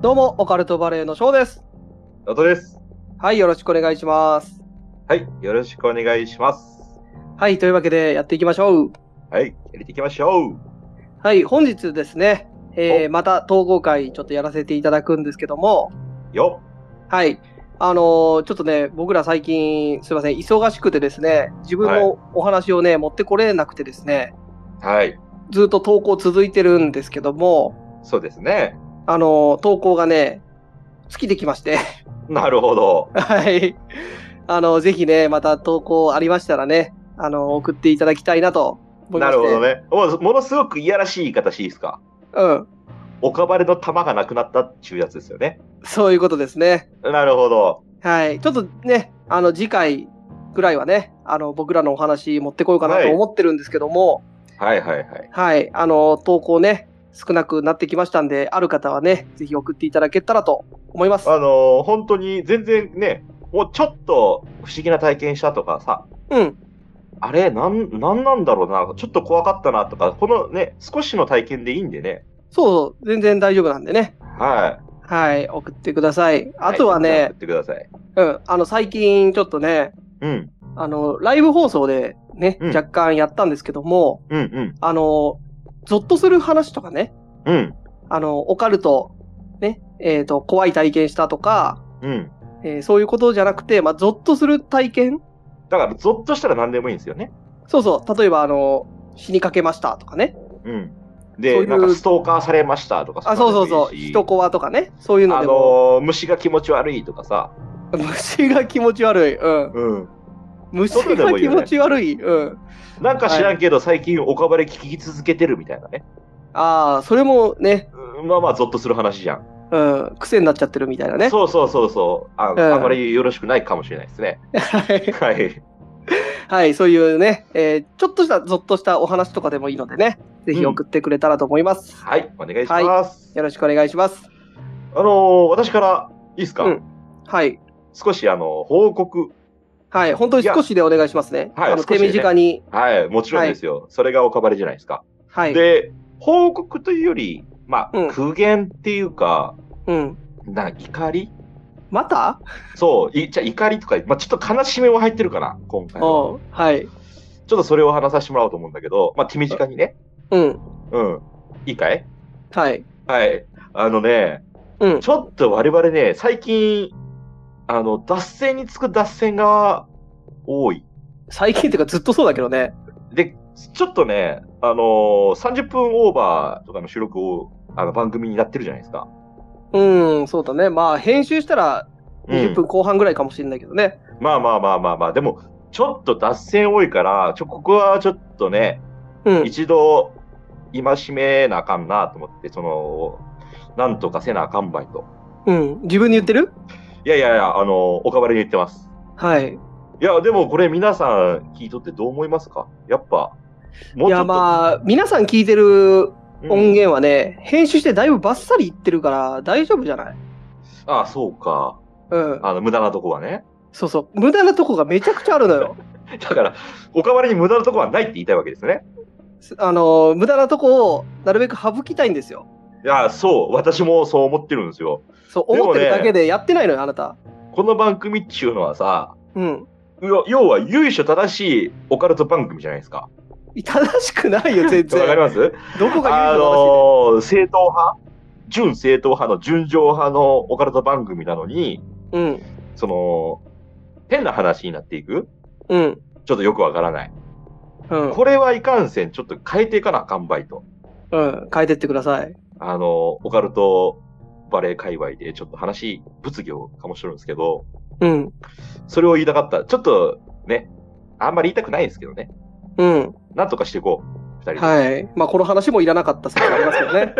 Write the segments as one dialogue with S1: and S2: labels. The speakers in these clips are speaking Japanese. S1: どうも、オカルトバレーの翔です。
S2: のとです。
S1: はい、よろしくお願いします。
S2: はい、よろしくお願いします。
S1: はい、というわけでやっていきましょう。
S2: はい、やりていきましょう。
S1: はい、本日ですね、えー
S2: お
S1: また統合会ちょっとやらせていただくんですけども、
S2: よ
S1: はい、あのーちょっとね、僕ら最近、すいません、忙しくてですね、自分のお話をね、持ってこれなくてですね、
S2: はい、
S1: ずっと投稿続いてるんですけども、
S2: そうですね。
S1: あのー投稿がね、尽きてきまして、
S2: なるほど。
S1: はい。あの、ぜひね、また投稿ありましたらね、あの、送っていただきたいなと思いま
S2: な
S1: して。
S2: るほど。ね。もうものすごくいやらしい言い方していいですか。
S1: うん。
S2: おかばれの玉がなくなったっていうやつですよね。
S1: そういうことですね。
S2: なるほど。
S1: はい。ちょっとね、あの、次回ぐらいはね、あの、僕らのお話持ってこようかな
S2: は
S1: と
S2: い
S1: 思ってるんですけども、
S2: はいはいはい。
S1: はい、あの、投稿ね、少なくなってきましたんで、ある方はね、ぜひ送っていただけたらと思います。
S2: あのー本当に全然ね、もうちょっと不思議な体験したとかさ、
S1: うん。
S2: あれ、なん、なんなんだろうな、ちょっと怖かったなとか、このね、少しの体験でいいんでね。
S1: そうそう、全然大丈夫なんでね。
S2: はい。
S1: はい。送ってください。あとは
S2: はい
S1: ね
S2: 送っ、てください。
S1: うん。あの、最近ちょっとね、
S2: うん、
S1: あの、ライブ放送でね、
S2: うん
S1: 若干やったんですけども、
S2: うん、うん、
S1: あの、ゾッとする話とかね、
S2: うん、
S1: あの、オカルト、ね、えっ、と、怖い体験したとか、
S2: うん。
S1: えーそういうことじゃなくて、まあ、ゾッとする体験
S2: だから、ゾッとしたら何でもいいんですよね。
S1: そうそう、例えばあの、死にかけましたとかね。
S2: うん。
S1: そ
S2: で、
S1: ういう
S2: なんかストーカーされましたとか
S1: あ、そうそうそう、人コアとかね、そういうの
S2: あ
S1: でも、
S2: のー虫が気持ち悪いとかさ。
S1: 虫が気持ち悪い。うん。
S2: うん。
S1: 虫
S2: そういうので
S1: が
S2: もいい
S1: 気
S2: よね
S1: 持ち悪い。うん。
S2: なんか知らんけど、最近おかばれ聞き続けてるみたいなね。
S1: ああ、それもね、
S2: うんまあまあ、ゾッとする話じゃん。
S1: うん、癖になっちゃってるみたいなね。
S2: そうそうそうそう。あ,、
S1: うん
S2: あんまりよろしくないかもしれないですね。
S1: はい。
S2: はい。
S1: はい、そういうね、えーちょっとしたゾッとしたお話とかでもいいのでね、ぜひ送ってくれたらと思います。
S2: はい、お願いします。
S1: よろしくお願いします。
S2: あのー私から、いいですか、
S1: うんはい、
S2: 少し、あのー報告。
S1: はい、本当に少しでお願いしますね。
S2: はい
S1: あの
S2: 少し
S1: 手
S2: でね
S1: 短に。
S2: はい、もちろんですよ。それがおかばれじゃないですか。
S1: はい。
S2: で、報告というより、まあ、
S1: うん
S2: 苦言っていうか、
S1: うん。
S2: な怒り
S1: また
S2: そう、いじゃあ怒りとか、まあ、ちょっと悲しみも入ってるかな、今回は。
S1: おうはい。
S2: ちょっとそれを話させてもらおうと思うんだけど、まあ、手短にね。
S1: うん。
S2: うん。いいかい
S1: はい。
S2: はい。あのね、
S1: うん。
S2: ちょっと我々ね、最近、あの、脱線につく脱線が多い。
S1: 最近っていうかずっとそうだけどね。
S2: で、ちょっとね、あのー30分オーバーとかの収録を、あの、番組になってるじゃないですか。
S1: うん、そうだね。まあ、編集したら
S2: うん
S1: 20分後半ぐらいかもしれないけどね。
S2: まあまあまあまあまあ、でも、ちょっと脱線多いから、ちょ、ここはちょっとね、
S1: うん。
S2: 一度、戒めなあかんなと思って、その、なんとかせなあかんばいと。
S1: うん。自分に言ってる
S2: いやいやいや、あの、おかわりに言ってます。
S1: はい。
S2: いや、でもこれ皆さん聞いとってどう思いますかやっぱ、
S1: いう
S2: もちょっ
S1: や、
S2: と、
S1: まあ、皆さん聞いてる
S2: うん
S1: 音源はね、編集してだいぶバッサリいってるから大丈夫じゃない
S2: ああ、そうか。
S1: うん。
S2: あの、無駄なとこはね。
S1: そうそう。無駄なとこがめちゃくちゃあるのよ。
S2: だから、おかわりに無駄なとこはないって言いたいわけですね。
S1: すあのー、無駄なとこをなるべく省きたいんですよ。
S2: いや、そう、私もそう思ってるんですよ。
S1: そう、
S2: でもね
S1: 思ってるだけでやってないのよ、あなた。
S2: この番組っていうのはさ、
S1: うん。
S2: 要要は由緒正しいオカルト番組じゃないですか。
S1: 正しくない よ、全
S2: わか
S1: 然。
S2: ります
S1: どこが
S2: あ
S1: 優勝
S2: のー正統派純正統派の純情派のオカルト番組なのに、
S1: 正しいね
S2: その、変な話になっていく
S1: うん。
S2: ちょっとよくわからない。
S1: うん。うん。
S2: これはいかんせん、ちょっと変えていかなあかんばいと。
S1: うん。変えてってください。
S2: あのーオカルトバレー界隈でちょっと話、物議を醸してるんですけど、
S1: うん。
S2: それを言いたかった。ちょっと、ね、あんまり言いたくないんですけどね。
S1: うん。
S2: なんとかしていこう、二人で。
S1: はい。まあ、この話もいらなかった説がありますけど ね。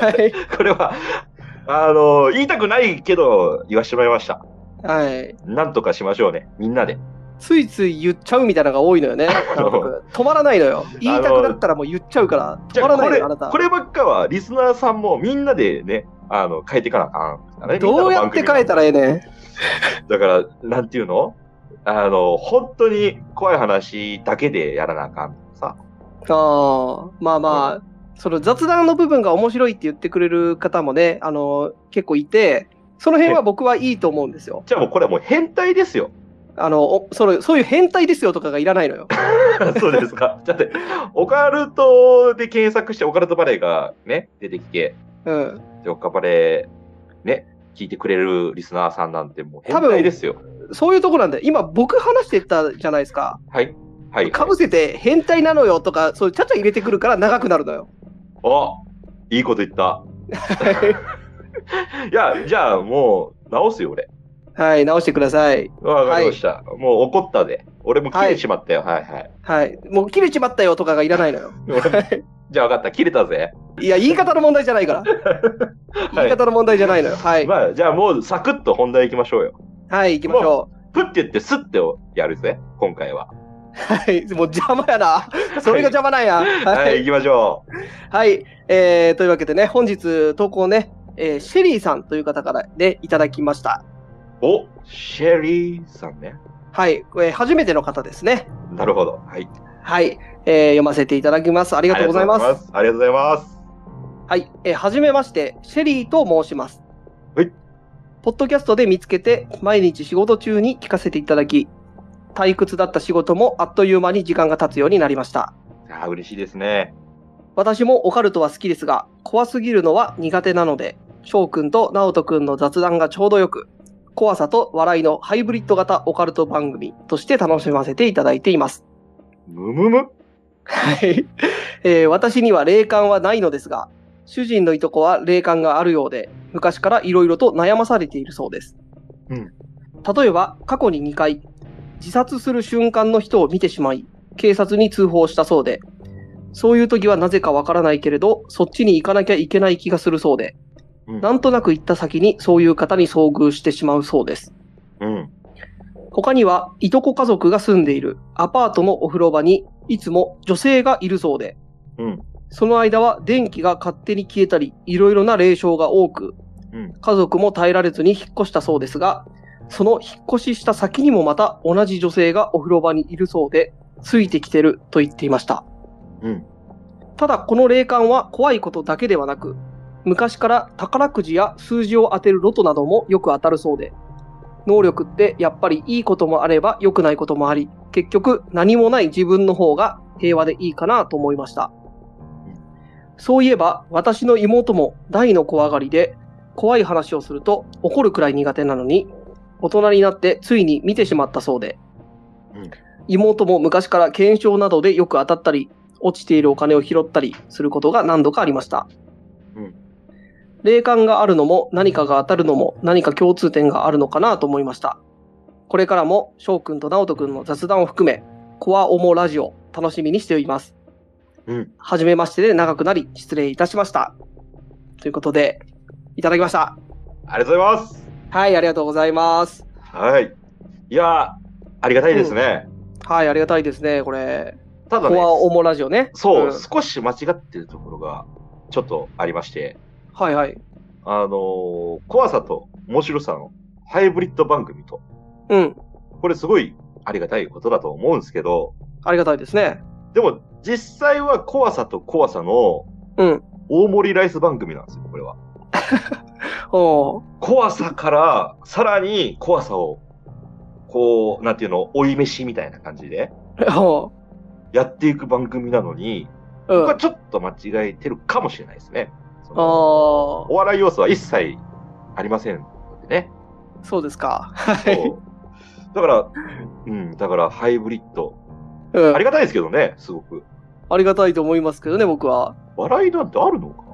S1: はい。
S2: これは、あのー言いたくないけど、言わしてもらいました。
S1: はい。
S2: なんとかしましょうね。みんなで。
S1: ついつい言っちゃうみたいなのが多いのよね。なるべく止まらないのよ。言いたくなったらもう言っちゃうから、止
S2: じゃ
S1: まら
S2: あ
S1: な
S2: こ
S1: いの
S2: れ
S1: よ、あなた
S2: こ。ればっかはリスナーさんもみんなでね、あの変えていかなあかんからね。
S1: どうやって変えた
S2: ら
S1: らええねん。
S2: だから、なんていうのあの、本当に怖い話だけでやらなあかん。
S1: あ
S2: さ、
S1: あ、まあまあ、その雑談の部分が面白いって言ってくれる方もね、あの結構いて、その辺は僕はいいと思うんですよ。
S2: じゃあもうこれはもう変態ですよ。
S1: あのおそのそういう変態ですよとかがいらないのよ。
S2: そうですか。だって、オカルトで検索してオカルトバレーがね、出てきて、
S1: うん、
S2: でオカバレーね、聞いてくれるリスナーさんなんてもう変態ですよ。
S1: そういうとこなんで、今僕話してたじゃないですか。
S2: はい。はい。
S1: かぶせて変態なのよとか、そういうちゃちゃ入れてくるから長くなるの よ。
S2: あいいこと言った。いや、じゃあもう直すよ、俺。
S1: はい、直してください。
S2: わかりました。もう怒ったで。俺も切れてしまったよ。はい、はい、
S1: はい。もう切れちまったよとかがいらないのよ。
S2: じゃあ分かった。切れたぜ。
S1: いや、言い方の問題じゃないから。言い方の問題じゃないのよ。はい。
S2: まあ、じゃあもうサクッと本題行きましょうよ。
S1: はい、行きましょう。
S2: プッて言ってスッてやるぜ、今回は。
S1: はい。もう邪魔やな。それが邪魔なんや。
S2: は、
S1: はいい。
S2: 行きましょう。
S1: はい。えーというわけでね、本日投稿ね、えーシェリーさんという方からでいただきました。
S2: おシェリーさんね。
S1: はい。これ初めての方ですね。
S2: なるほど。はい。
S1: はい。えー読ませていただきます。あり
S2: あ
S1: がとうございます。
S2: ありがとうございます。
S1: はい、えーはじめまして、シェリーと申します。
S2: はい。
S1: ポッドキャストで見つけて、毎日仕事中に聞かせていただき、退屈だった仕事もあっという間に時間が経つようになりました。
S2: あー嬉しいですね。
S1: 私もオカルトは好きですが、怖すぎるのは苦手なので、翔くんと直人くんの雑談がちょうどよく、怖さと笑いのハイブリッド型オカルト番組として楽しませていただいています。
S2: むむむ
S1: はい、えー私には霊感はないのですが、主人のいとこは霊感があるようで、昔からいろいろと悩まされているそうです。
S2: うん
S1: 例えば、過去に2回、自殺する瞬間の人を見てしまい、警察に通報したそうで、そういう時はなぜかわからないけれど、そっちに行かなきゃいけない気がするそうで、
S2: うん
S1: なんとなく行った先にそういう方に遭遇してしまうそうです。
S2: うん。
S1: 他には、いとこ家族が住んでいるアパートのお風呂場にいつも女性がいるそうで、
S2: うん
S1: その間は電気が勝手に消えたり、いろいろな霊障が多く、
S2: うん
S1: 家族も耐えられずに引っ越したそうですが、その引っ越しした先にもまた同じ女性がお風呂場にいるそうで、ついてきてると言っていました。
S2: うん。
S1: ただこの霊感は怖いことだけではなく、昔から宝くじや数字を当てるロトなどもよく当たるそうで、能力ってやっぱりいいこともあれば良くないこともあり、結局何もない自分の方が平和でいいかなと思いました。そういえば私の妹も大の怖がりで、怖い話をすると怒るくらい苦手なのに、大人になってついに見てしまったそうで、
S2: うん
S1: 妹も昔から検証などでよく当たったり、落ちているお金を拾ったりすることが何度かありました。
S2: うん
S1: 霊感があるのも何かが当たるのも何か共通点があるのかなと思いました。これからも翔くんと直人くんの雑談を含め、コアオモラジオ楽しみにしています。
S2: うん。
S1: はじめましてで長くなり失礼いたしました。ということで、いただきました。
S2: ありがとうございます。
S1: はい、ありがとうございます。
S2: はい。いやー、ありがたいですね。
S1: はい、ありがたいですね、これ。
S2: ただね
S1: コ、アオモラジオね。
S2: そう、
S1: ん
S2: 少し間違ってるところがちょっとありまして、
S1: はいはい。
S2: あのー怖さと面白さのハイブリッド番組と、
S1: うん、
S2: これすごいありがたいことだと思うんですけど、
S1: ありがたいですね。
S2: でも実際は怖さと怖さの
S1: うん。
S2: 大盛りライス番組なんですよ、これは。
S1: おー
S2: 怖さからさらに怖さを、こう、なんていうの、追い飯みたいな感じで
S1: お
S2: やっていく番組なのに、
S1: ーうん。
S2: 僕
S1: あ
S2: はちょっと間違えてるかもしれないですね。その
S1: あ
S2: お笑い要素は一切ありませんのでね。
S1: ー、そうですか。
S2: そうだから、うん、だからハイブリッド。
S1: うん
S2: ありがたいですけどね、すごく。
S1: ありがたいと思いますけどね、僕は。
S2: 笑いなんてあるのか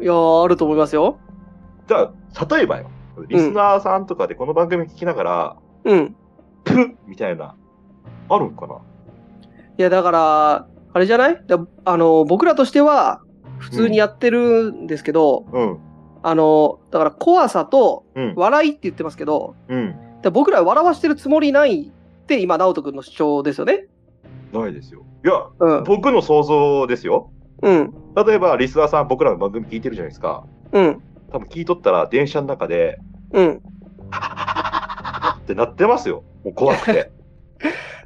S1: いやー、あると思いますよ。
S2: じゃあ、例えばよ、リスナーさんとかでこの番組聞きながら、
S1: うん。
S2: プッみたいな、あるんかない
S1: や、だから、あれじゃないだあの、僕らとしては、普通にやってるんですけど、
S2: うん、
S1: あの、だから怖さと
S2: うん、
S1: 笑いって言ってますけど、
S2: うん。
S1: だ僕ら笑わしてるつもりないって、今、直人君の主張ですよね。
S2: ないですよ。いや、
S1: うん。
S2: 僕の想像ですよ。
S1: うん。
S2: 例えば、リスナーさん、僕らの番組聞いてるじゃないですか。
S1: うん。
S2: 多分聞いとったら、電車の中で、
S1: うん。
S2: あってなってますよ。もう怖くて。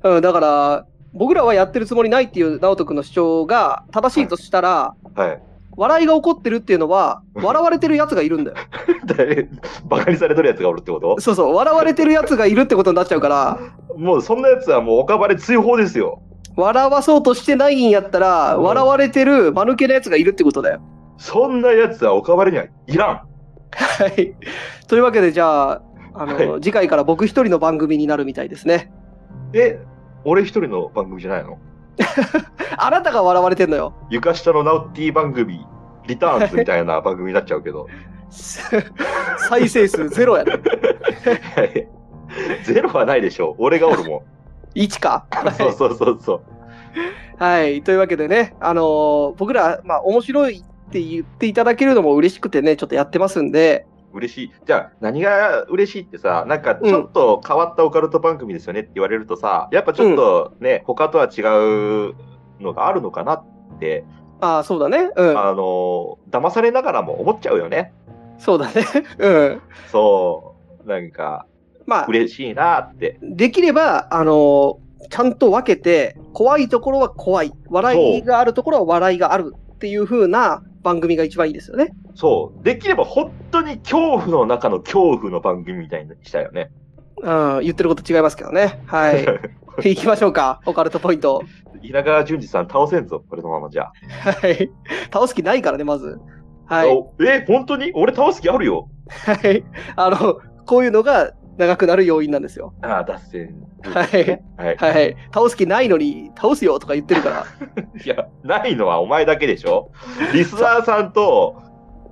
S1: うん、だから、僕らはやってるつもりないっていう直人君の主張が正しいとしたら、
S2: はい。
S1: 笑いが起こってるっていうのは、
S2: うん
S1: 笑われてるやつがいるんだよ。
S2: 誰、バカにされとるやつがおるってこと
S1: そうそう、笑われてるやつがいるってことになっちゃうから、
S2: もうそんなやつはもう岡場で追放ですよ。
S1: 笑わそうとしてないんやったら、
S2: うん
S1: 笑われてる間抜けなやつがいるってことだ よ。
S2: そんなやつは岡場にはいらん。
S1: はい。というわけで、じゃあ、あの、
S2: は
S1: 次回から僕一人の番組になるみたいですね。
S2: で、俺一人の番組じゃないの
S1: あなたが笑われてんのよ。
S2: 床下のナウティ番組、リターンズみたいな番組になっちゃうけど。
S1: 再生数ゼロやね。
S2: はいゼロはないでしょう。俺がおるもん。
S1: 1か。
S2: そうそうそうそう。
S1: はい。というわけでね、あのー僕ら、まあ、面白いって言っていただけるのも嬉しくてね、ちょっとやってますんで、
S2: 嬉しい。じゃあ、何が嬉しいってさ、なんかちょっと変わったオカルト番組ですよねって言われるとさ、やっぱちょっとね、他とは違うのがあるのかなって、
S1: ああ、そうだね。うん。
S2: あの、騙されながらも思っちゃうよね。
S1: そうだね。うん。
S2: そう。なんか、
S1: まあ、
S2: 嬉しいなって。
S1: できれば、あのーちゃんと分けて、怖いところは怖い、笑いがあるところは笑いがあるっていう風な番組が一番いいですよね。
S2: そう。できれば本当に恐怖の中の恐怖の番組みたいにしたいよね。
S1: うん、言ってること違いますけどね。はい。行きましょうか、オカルトポイント。
S2: 稲川淳二さん倒せんぞ、これのままじゃ。
S1: はい。倒す気ないからね、まず。はい。
S2: おえ、本当に俺倒す気あるよ。
S1: はい。あの、こういうのが長くなる要因なんですよ。
S2: ああ、脱線。
S1: はい。
S2: はい。
S1: はい。倒す気ないのに、倒すよとか言ってるから。
S2: いや、ないのはお前だけでしょリスナーさんと、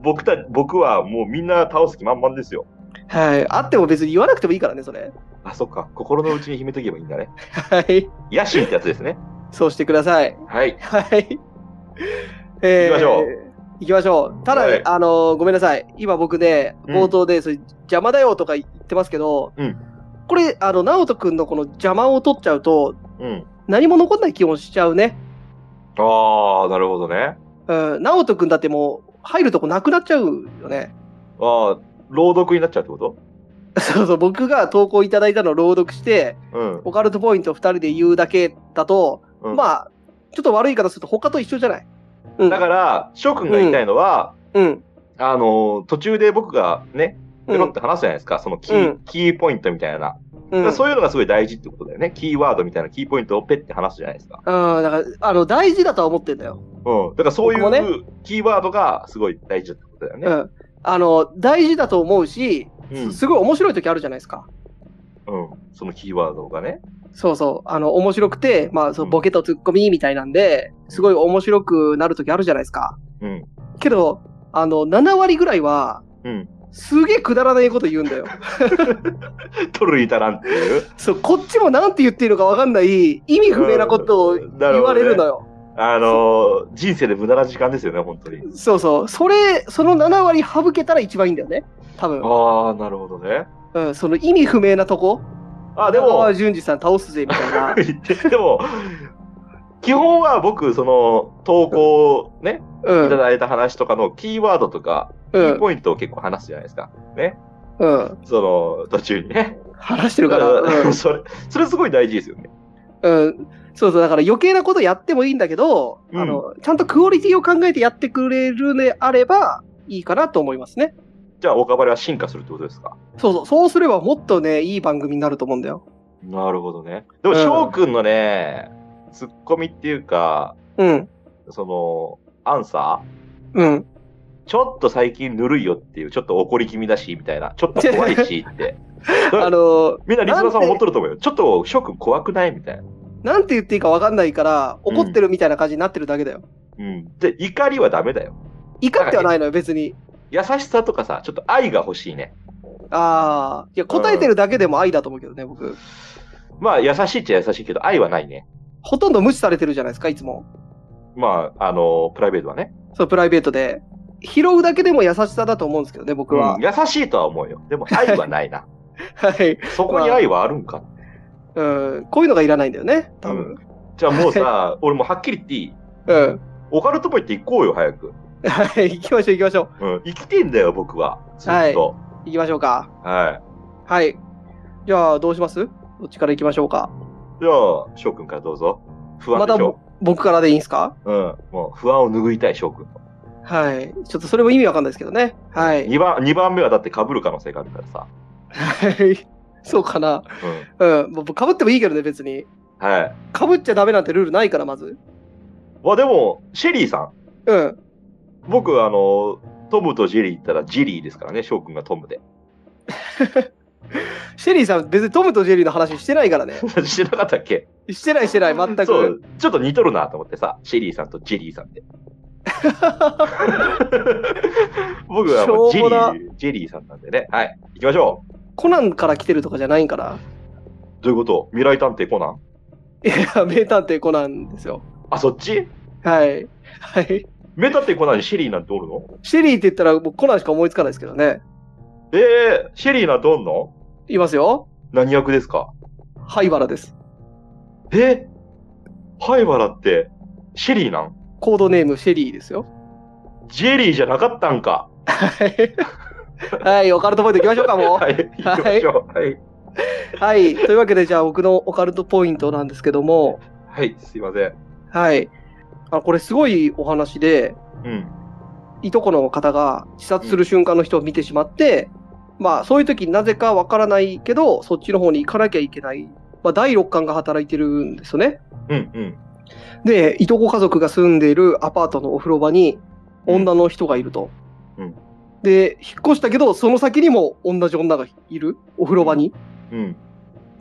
S2: 僕た、僕はもうみんな倒す気満々ですよ。
S1: はい。あっても別に言わなくてもいいからね、それ。
S2: あ、そっか。心の内に秘めとけばいいんだね。
S1: はい。
S2: 野心ってやつですね。
S1: そうしてください。
S2: はい。
S1: はい。え
S2: 行きましょう。
S1: 行きましょう。ただ、
S2: はい
S1: あのーごめんなさい。今僕ね、
S2: うん
S1: 冒頭で、それ邪魔だよとか言ってますけど、
S2: うん
S1: これ、あの、直人くんのこの邪魔を取っちゃうと、
S2: うん。
S1: 何も残んない気もしちゃうね。
S2: ああ、なるほどね。
S1: うん、直人くんだってもう、入るとこなくなっちゃうよね。
S2: ああ、朗読になっちゃうってこと
S1: そうそう、僕が投稿いただいたのを朗読して、
S2: うん。
S1: オカルトポイントを2人で言うだけだと、
S2: うん、
S1: まあ、ちょっと悪い言い方すると他と一緒じゃない。うん。
S2: だから、翔くんが言いたいのは、
S1: うん。
S2: あのー途中で僕がね、ペロって話すじゃないですか。そのキ
S1: う
S2: ー、
S1: ん
S2: キーポイントみたいな。
S1: うん
S2: だからそういうのがすごい大事ってことだよね。キーワードみたいなキーポイントをペッて話すじゃないですか。
S1: うん、だから、あの、大事だとは思ってんだよ。
S2: うん。だからそうい
S1: 僕もね
S2: うキーワードがすごい大事だってことだよ
S1: う
S2: ね。
S1: ん。あの、大事だと思うし、
S2: うん。
S1: すごい面白い時あるじゃないですか。
S2: うん。そのキーワードがね。
S1: そうそう。あの、面白くて、まあ、そうの
S2: ん
S1: ボケとツッコミみたいなんで、すごい面白くなる時あるじゃないですか。
S2: うん。
S1: けど、あの、7割ぐらいは、
S2: うん。
S1: すげえくだらないこと言うんだ よ。
S2: 取るいたらんっ ていう。
S1: そう、こっちもなんて言っていいのかわかんない、意味不明なことを
S2: 言
S1: 言われるの
S2: よ。
S1: よ。
S2: あのー人生で無駄な時間ですよね、本当に。
S1: そうそう。それ、その7割省けたら一番いいんだよね。多分。
S2: ああ、なるほどね。
S1: うん、その意味不明なとこ。
S2: あ、で
S1: 中
S2: も
S1: 川、淳二さん倒すぜ、み たいな。
S2: でも、基本は僕、その、投稿ね、
S1: う
S2: いた
S1: ん。
S2: だいた話とかのキーワードとか、キ
S1: う
S2: ー
S1: ん。
S2: ポイントを結構話すじゃないですか。ね。
S1: うん。
S2: その、途中にね。
S1: 話してるから、うん
S2: それ、それすごい大事ですよね。
S1: うん、そうそう、だから余計なことやってもいいんだけど、
S2: うん
S1: あの、ちゃんとクオリティを考えてやってくれるのであればいいかなと思いますね。
S2: じゃあ、岡晴は進化するってことですか
S1: そうそう、そうすればもっとね、いい番組になると思うんだよ。
S2: なるほどね。で
S1: う
S2: も、
S1: ん
S2: 翔くんのね、ツッコミっていうか、
S1: うん、
S2: その、アンサー
S1: うん。
S2: ちょっと最近ぬるいよっていう、ちょっと怒り気味だし、みたいな。ちょっと怖い し、って。
S1: あの、
S2: みんなリスナーさん思っとると思うよ。ちょっと翔くん怖くないみたいな。
S1: なんて言っていいかわかんないから、怒ってるみたいな感じになってるだけだよ。
S2: うん。で、怒りはダメだよ。
S1: 怒ってはないのよ、別に。
S2: 優しさとかさ、ちょっと愛が欲しいね。
S1: ああ、いや、答えてるだけでも愛だと思うけどね、僕。
S2: まあ、優しいっちゃ優しいけど、愛はないね。
S1: ほとんど無視されてるじゃないですか、いつも。
S2: まあ、あのプライベートはね。
S1: そう、プライベートで。拾うだけでも優しさだと思うんですけどね、僕は。
S2: うん優しいとは思うよ。でも、愛はないな。
S1: はい。
S2: そこに愛はあるんか。
S1: うん、こういうのがいらないんだよね、多分。
S2: じゃあもうさ、俺もうはっきり言っていい
S1: うん。
S2: オカルトボーイって行こうよ、早く。
S1: はい、行きましょう行きましょう。
S2: うん。生きてんだよ、僕は。ずっと。
S1: 行きましょうか。
S2: はい。
S1: はい。じゃあ、どうしますどっちから行きましょうか。
S2: じゃあ、翔くんからどうぞ。不
S1: ま
S2: 安で
S1: だ
S2: しょ
S1: ぼ、僕からでいいんすか
S2: うん。もう不安を拭いたい翔くん。
S1: はい。ちょっとそれも意味わかんないですけどね。はい。
S2: 2番、二番目はだって被る可能性があるからさ。
S1: はい。 そうかな。
S2: う
S1: うん。もうかぶってもいいけどね、別に。
S2: ん。はい。
S1: かぶっちゃダメなんてルールないから、まず。
S2: わ、でも、シェリーさん。
S1: うん。
S2: 僕、あの、トムとジェリー言ったらジェリーですからね、翔くんがトムで。
S1: シェリーさん、別にトムとジェリーの話してないからね。
S2: してなかったっけ
S1: してないしてない、 全く。
S2: そう、ちょっと似とるなと思ってさ、シェリーさんとジェリーさ んで。僕はもうジ
S1: し
S2: ェ
S1: ょうも
S2: リ
S1: な
S2: ー、ジェリーさんなんでね。はい。行きましょう。
S1: コナンから来てるとかじゃないから。
S2: どういうこと未来探偵コナン
S1: いや、名探偵コナンですよ。
S2: あ、そっち
S1: はい。はい。
S2: 名探偵コナンにシェリーなんておるの
S1: シェリーって言ったら、もうコナンしか思いつかないですけどね。
S2: えー、シェリーなんておんの
S1: いますよ。
S2: 何役ですか
S1: 灰原です。
S2: え灰原って、シェリーなん
S1: コードネームシェリーですよ。
S2: ジェリーじゃなかったんか。
S1: はい。はい、オカルトポイント行きましょうか、も
S2: はい、行きましょう。はい。
S1: う。はい。というわけで、じゃあ僕のオカルトポイントなんですけども、
S2: はい、すいません。
S1: はい。あこれすごいお話で、
S2: うん。
S1: いとこの方が自殺する瞬間の人を見てしまって、まあそういう時なぜかわからないけど、そっちの方に行かなきゃいけない、まあ、第六感が働いてるんですよね。
S2: うん、うん。
S1: で、いとこ家族が住んでいるアパートのお風呂場に女の人がいると。
S2: うん
S1: で、引っ越したけど、その先にも同じ女がいる、お風呂場に。
S2: うん。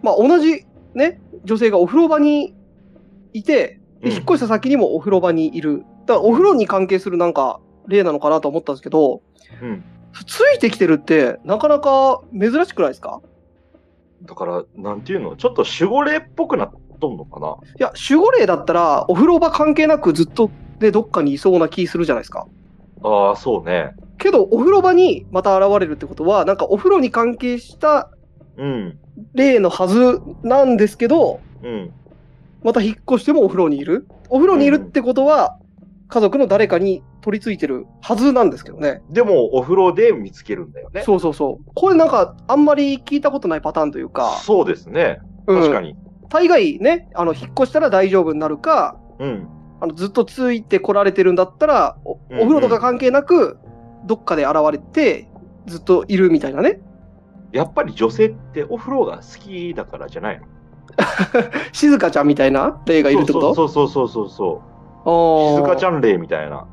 S1: まあ同じね、女性がお風呂場にいて、で
S2: うん
S1: 引っ越した先にもお風呂場にいる。だからお風呂に関係するなんか例なのかなと思ったんですけど、
S2: うん
S1: ついてきてるってなかなか珍しくないですか
S2: だから、なんていうのちょっと守護霊っぽくなっとんのかない
S1: や、守護霊だったらお風呂場関係なくずっとでどっかにいそうな気するじゃないですか。
S2: ああ、そうね。
S1: けどお風呂場にまた現れるってことは、なんかお風呂に関係した
S2: うん。
S1: 例のはずなんですけど、
S2: うん。
S1: また引っ越してもお風呂にいる。お風呂にいるってことは、家族の誰かに取り付いてるはずなんですけどね。
S2: でも、お風呂で見つけるんだよね。
S1: そうそうそう。これなんか、あんまり聞いたことないパターンというか、
S2: そうですね。
S1: うん
S2: 確かに。
S1: 大概ね、あの、引っ越したら大丈夫になるか、
S2: うん。
S1: あのずっとついてこられてるんだったら、おお
S2: うんうん
S1: 風呂とか関係なく、どっかで現れて、ずっといるみたいなね。
S2: やっぱり女性ってお風呂が好きだからじゃないの
S1: 静香ちゃんみたいな霊がいるってこと
S2: そうそうそうそうそうそう。
S1: 静
S2: 静香ち
S1: ゃん。
S2: ゃん霊みたいな。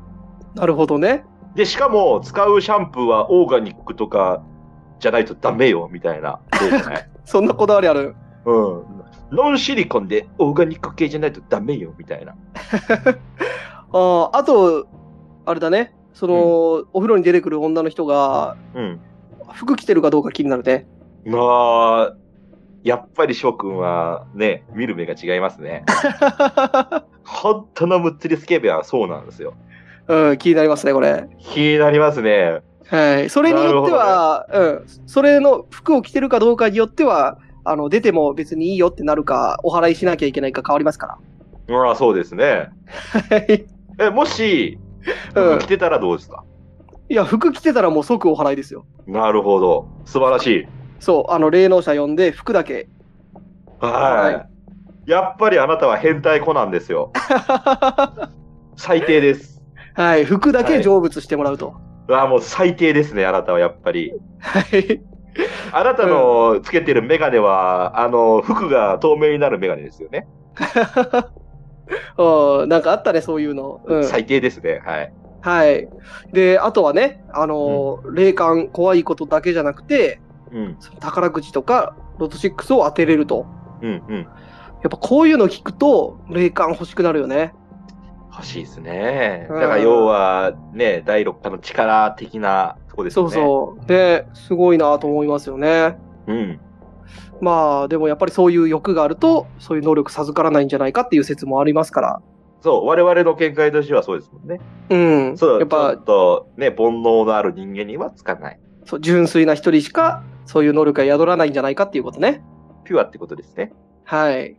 S1: なるほどね。
S2: で、しかも、使うシャンプーはオーガニックとかじゃないとダメよ、みたいな例じゃない。
S1: そんなこだわりある。
S2: うん。ノンシリコンでオーガニック系じゃないとダメよ、みたいな。
S1: あーあと、あれだね。その、お風呂に出てくる女の人が、
S2: うん。
S1: 服着てるかどうか気になる ね。
S2: まあ、やっぱり翔くんはね、見る目が違いますね。本当のむっつりスケベはそうなんですよ。
S1: うん、気になりますね、これ。
S2: 気になりますね。
S1: はい、それによっては、うん、それの服を着てるかどうかによっては、あの出ても別にいいよってなるか、お払いしなきゃいけないか変わりますか
S2: まあそうですね。
S1: ら。はい
S2: え、もし、
S1: うん
S2: 来てたらどうですか、
S1: いや、服着てたらもう即お払いですよ。
S2: なるほど。素晴らしい。
S1: そう、あの霊能者呼んで、服だ け。
S2: はい。
S1: は
S2: やっぱりあなたは変態子なんですよ。最低です。
S1: はい、服だけ成仏してもらうと。
S2: ああ、もう最低ですね、あなたはやっぱり。
S1: はい。
S2: あなたのつけてるメガネは、あの、服が透明になるメガネですよね。
S1: うんなんかあったね、そういうの。うん、
S2: 最低ですね。はい。
S1: はい。で、あとはね、あのー霊感怖いことだけじゃなくて、
S2: うん。
S1: その宝くじとかロト6を当てれると。
S2: うん。うん。
S1: やっぱこういうの聞くと霊感欲しくなるよね。
S2: 欲しいですね。
S1: うん
S2: だから要はね、第六波の力的なとこです
S1: そ
S2: よ
S1: う
S2: ね。
S1: そう。で、すごいなと思いますよね。
S2: う。うん。
S1: まあ、でもやっぱりそういう欲があると、そういう能力授からないんじゃないかっていう説もありますから。
S2: そう、我々の見解としてはそうですもんね。
S1: うん。や
S2: そう、
S1: っ
S2: ちょ
S1: ぱ
S2: っとね、煩悩のある人間にはつかない。
S1: そう、純粋な一人しか、そういう能力が宿らないんじゃないかっていうことね。
S2: ピュアってことですね。
S1: はい。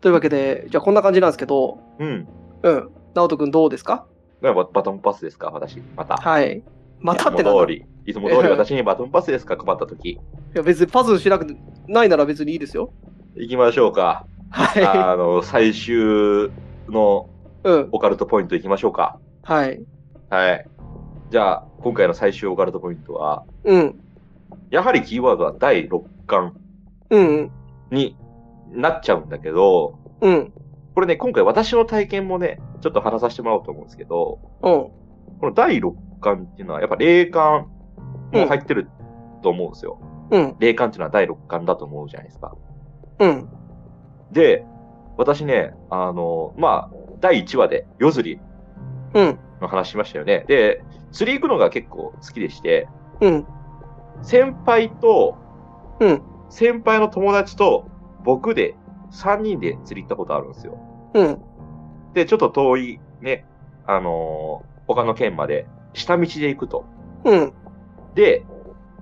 S1: というわけで、じゃあこんな感じなんですけど、
S2: うん。
S1: うん。直人くんどうですか
S2: ババトンパスですか、私。また。
S1: はい。またって
S2: いつ
S1: なん
S2: も
S1: だ
S2: 通り。いつ も通り私にバトンパスですか、困った時。
S1: いや別にパスしなくて ないなら別にいいですよ。
S2: 行きましょうか。
S1: はい。
S2: あの、最終の
S1: うん。
S2: オカルトポイントいきましょうか。
S1: はい。
S2: はい。じゃあ、今回の最終オカルトポイントは、
S1: うん。
S2: やはりキーワードは第6巻
S1: うん。
S2: になっちゃうんだけど、
S1: うん。
S2: これね、今回私の体験もね、ちょっと話させてもらおうと思うんですけど、
S1: うん。
S2: この第6巻っていうのは、やっぱ霊感も入ってると思うんですよ。
S1: うん。
S2: 霊感っていうのは第6巻だと思うじゃないですか。
S1: うん。
S2: で、私ね、あの、まあ、第1話で夜釣り
S1: うん。
S2: の話しましたよね。で、釣り行くのが結構好きでして、
S1: うん。
S2: 先輩と、
S1: うん
S2: 先輩の友達と僕で3人で釣り行ったことあるんですよ。
S1: うん。
S2: で、ちょっと遠いね、あのー他の県まで下道で行くと。
S1: うん。
S2: で、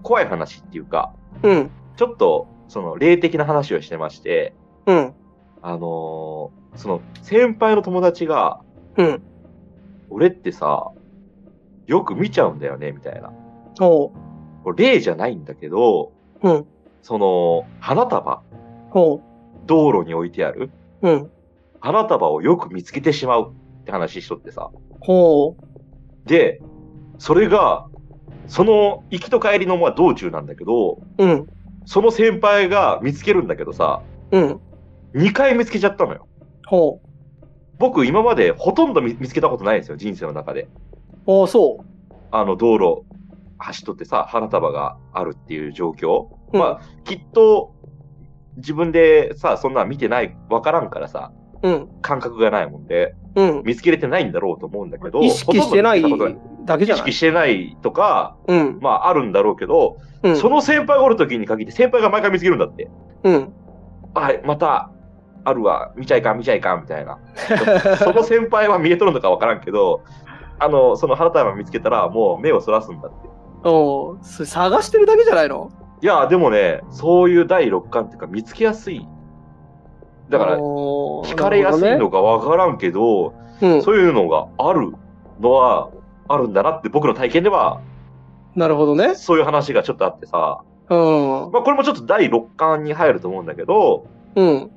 S2: 怖い話っていうか、
S1: うん。
S2: ちょっとその霊的な話をしてまして、
S1: うん。
S2: あのーその先輩の友達が、
S1: うん。
S2: 俺ってさ、よく見ちゃうんだよね、みたいな。
S1: ほ
S2: これ霊じゃないんだけど、
S1: う。うん。
S2: その、花束、
S1: ほ
S2: 道路に置いてある
S1: う。うん。
S2: 花束をよく見つけてしまうって話しとってさ。
S1: ほ
S2: で、それが、その行きと帰りのまあ道中なんだけど、
S1: う。うん。
S2: その先輩が見つけるんだけどさ、
S1: うん。
S2: 2回見つけちゃったのよ。
S1: ほう。
S2: 僕今までほとんど見見つけたことないんですよ、人生の中で。
S1: ああ、そ
S2: あの道路走っとってさ、花束があるっていう状況。
S1: う。
S2: まあ、きっと自分でさ、そんなん見てない、わからんからさ、
S1: うん。
S2: 感覚がないもんで、
S1: うん。
S2: 見つけれてないんだろうと思うんだけど、
S1: 意識してない
S2: ほとんど見つけたこ
S1: だけじゃ
S2: と意
S1: ない
S2: 識してないとか、
S1: うん。
S2: まああるんだろうけど、
S1: うん。
S2: その先輩がおる時に限って先輩が毎回見つけるんだって。
S1: うん。
S2: あ、また、あるわ、見ちゃいかん、見ちゃいかん、みた いな。その先輩は見えとるのかわからんけど、あの、その花束見つけたらもう目をそらすんだって。
S1: おうそれ探してるだけじゃないの
S2: いや、でもね、そういう第六感っていうか見つけやすい。だから、
S1: 惹
S2: 惹かれやすいのかわからんけど、
S1: うん、
S2: そういうのがあるのは、あるんだなって僕の体験では、
S1: なるほどね。
S2: そういう話がちょっとあってさ、
S1: うん。
S2: まあこれもちょっと第六感に入ると思うんだけど、
S1: うん。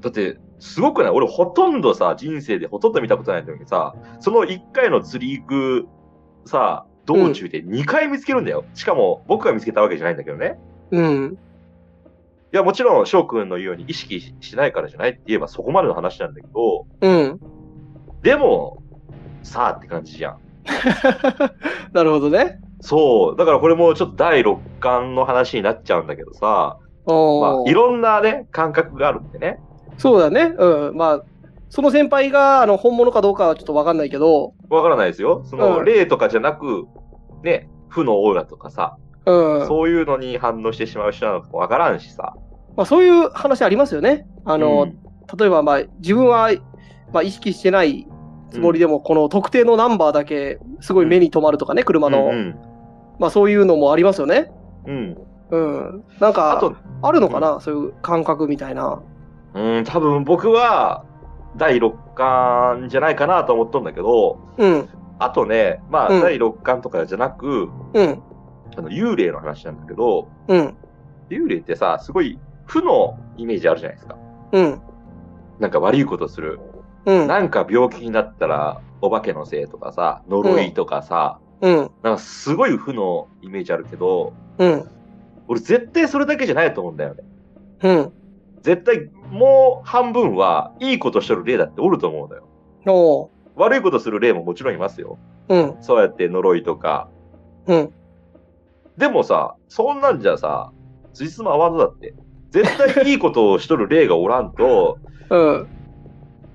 S2: だって、すごくない俺ほとんどさ、人生でほとんど見たことないのにさ、その1回の釣り行く、さ、道中で2回見つけるんだよ。しかも、僕が見つけたわけじゃないんだけどね。
S1: うん。
S2: いや、もちろん、翔くんの言うように意識ししないからじゃないって言えばそこまでの話なんだけど、
S1: うん。
S2: でも、さあって感じじゃん。
S1: なるほどね。
S2: そう。だからこれもちょっと第6巻の話になっちゃうんだけどさ、ま
S1: お
S2: あ、いろんなね、感覚があるんでね。
S1: そうだね。うん。まあ、その先輩があの本物かどうかはちょっとわかんないけど、
S2: わからないですよ。その、
S1: うん
S2: 霊とかじゃなく、ね、負のオーラとかさ、
S1: うん。
S2: そういうのに反応してしまう人なのかもわからんしさ。
S1: まあ、そういう話ありますよね。あ
S2: あ
S1: の、例えば、まあ、自分は、まあ、意識してないつもりでも、この特定のナンバーだけ、すごい目に留まるとかね、車の。
S2: うん
S1: まあ、そういうのもありますよね。
S2: うん。うん
S1: うん。なん
S2: あ
S1: か、
S2: と、
S1: あるのかな、そういう感覚みたいな。
S2: うん、多分僕は、第6巻じゃないかなと思っとんだけど、
S1: うん。
S2: あとね、まあ、
S1: うん
S2: 第6巻とかじゃなく、
S1: うん。
S2: あの、幽霊の話なんだけど、
S1: うん。
S2: 幽霊ってさ、すごい、負のイメージあるじゃないですか。
S1: うん。
S2: なんか悪いことする。
S1: うん。
S2: なんか病気になったら、お化けのせいとかさ、呪いとかさ、
S1: うん。
S2: なんかすごい負のイメージあるけど、
S1: うん。
S2: 俺絶対それだけじゃないと思うんだよね。
S1: うん。
S2: 絶対もう半分はいいことしとる例だっておると思うのよ。
S1: おう。
S2: 悪いことする例ももちろんいますよ。
S1: うん。
S2: そうやって呪いとか。
S1: うん。
S2: でもさ、そんなんじゃさ、つじつま合わんのだって。絶対いいことをしとる例がおらんと、
S1: うん。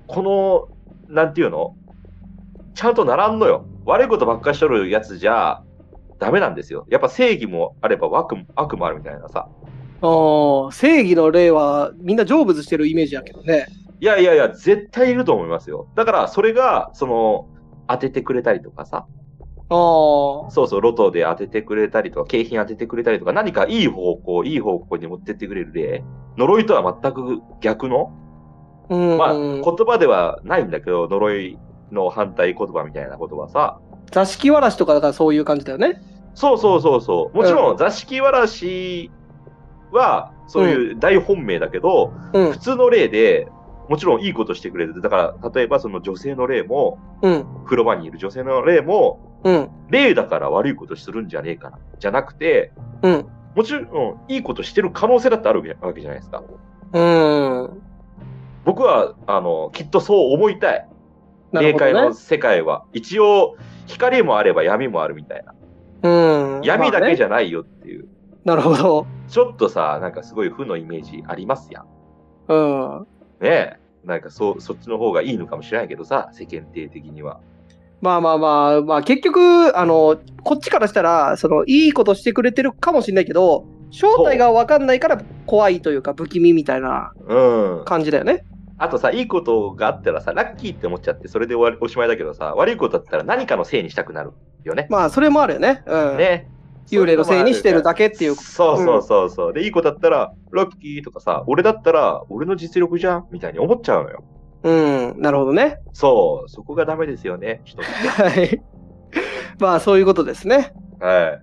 S2: この、なんていうのちゃんと並んのよ。悪いことばっかしとるやつじゃ、ダメなんですよ。やっぱ正義もあれば悪も悪もあるみたいなさ。
S1: おう正義の例は、みんな成仏してるイメージだけどね。
S2: いやいやいや、絶対いると思いますよ。だから、それが、その、当ててくれたりとかさ、
S1: ああ。
S2: そうそう、ロトで当ててくれたりとか、景品当ててくれたりとか、何かいい方向、いい方向に持ってってくれる例。呪いとは全く逆の、
S1: うん。
S2: まあ、言葉ではないんだけど、呪いの反対言葉みたいなことはさ、
S1: 座敷わらしとかだからそういう感じだよね。
S2: そうそうそうそう、もちろん座敷わらしは、そういう大本命だけど、
S1: うん
S2: 普。通の例で、もちろんいいことしてくれて、だから、例えばその女性の霊も、
S1: うん。
S2: 風呂場にいる女性の霊も、
S1: うん。
S2: 霊だから悪いことするんじゃねえかな。じゃなくて、
S1: うん。
S2: もちろんいいことしてる可能性だってあるわけじゃないですか。
S1: うーん。
S2: 僕は、あの、きっとそう思いたい。
S1: な
S2: 霊
S1: るほ
S2: 界
S1: ど
S2: の
S1: ね。
S2: 世界は。一応、光もあれば闇もあるみたいな。
S1: うん。
S2: 闇
S1: ま
S2: だ
S1: あ
S2: け
S1: ね
S2: じゃないよっていう。
S1: なるほど。
S2: ちょっとさ、なんかすごい負のイメージありますやん。
S1: うん。
S2: ねえ。なんかそう、そっちの方がいいのかもしれないけどさ、世間体的には。
S1: まあまあまあ、まあ結局、あの、こっちからしたら、その、いいことしてくれてるかもしれないけど、正体がわかんないから怖いというか、不気味みたいな
S2: うん。
S1: 感じだよね。
S2: あとさ、いいことがあったらさ、ラッキーって思っちゃって、それで終わりおしまいだけどさ、悪いことだったら何かのせいにしたくなるよね。
S1: まあ、それもあるよね。うん。
S2: ね。
S1: 幽霊のせいにしてるだ
S2: け
S1: けっていう。
S2: そうそうそうそう。で、いいことだったら、ラッキーとかさ、俺だったら、俺の実力じゃんみたいに思っちゃうのよ。
S1: うん、なるほどね。
S2: そう、そこがダメですよね、人って。
S1: はい。 まあ、そういうことですね。
S2: はい。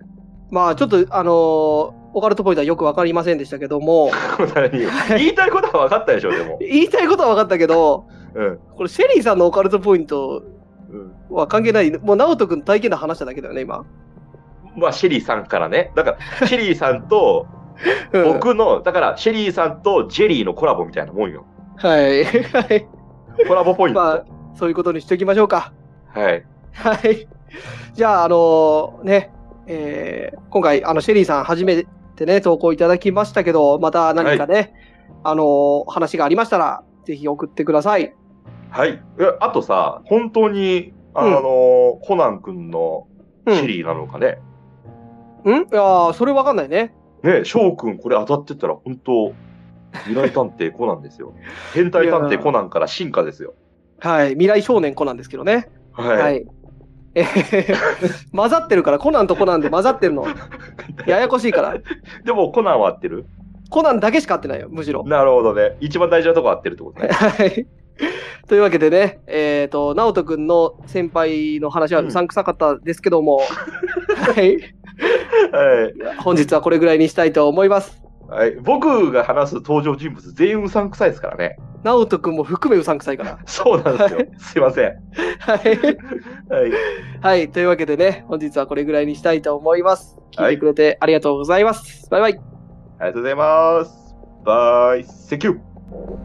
S1: まあ、ちょっと、あのーオカルトポイントはよくわかりませんでしたけども、
S2: 何言いたいことは分かったでしょ、でも。
S1: 言いたいことは分かったけど、
S2: うん。
S1: これ、シェリーさんのオカルトポイント
S2: うん、
S1: は関係ない、もう、直人君の体験の話しただけだよね、今。
S2: まあ、シェリーさんからね。だから、シェリーさんと、
S1: うん、
S2: 僕の、だから、シェリーさんとジェリーのコラボみたいなもんよ。
S1: はい。 はい。
S2: コラボポイント。
S1: まあ、そういうことにしておきましょうか。
S2: はい。
S1: はい。じゃあ、あのね、えー今回、あの、シェリーさん初めてね、投稿いただきましたけど、また何かね、あの話がありましたら、ぜひ送ってください。
S2: はい。えあとさ、本当に、あのコナン君の
S1: う
S2: シェ
S1: ん。
S2: リーなのかね。
S1: うんいやーそれわかんないね。
S2: ね、翔くんこれ当たってたら、本当、未来探偵コナンです よ。変態探偵コナンから進化ですよ。
S1: はい。未来少年コナンですけどね。
S2: はい。
S1: はい。えー混ざってるから、コナンとコナンで混ざってるの。ややこしいから。
S2: でも、コナンは合ってる
S1: コナンだけしか合ってないよ、むしろ。
S2: なるほどね。一番大事なとこ合ってるってこと ね。
S1: はい。というわけでね、えっ、と、直人くんの先輩の話は
S2: うん
S1: うさんくさかったですけども、はい。
S2: はい。
S1: 本日はこれぐらいにしたいと思います。
S2: はい、僕が話す登場人物全員うさんくさいですから ね。
S1: 直人くんも含めうさんくさいから。
S2: そうなんですよ。すいません。
S1: はい。
S2: はい。
S1: はい。というわけでね、本日はこれぐらいにしたいと思います。聞
S2: はい
S1: て
S2: い
S1: くれてありがとうございます。バイバイ。
S2: ありがとうございます。バイ。セキュー。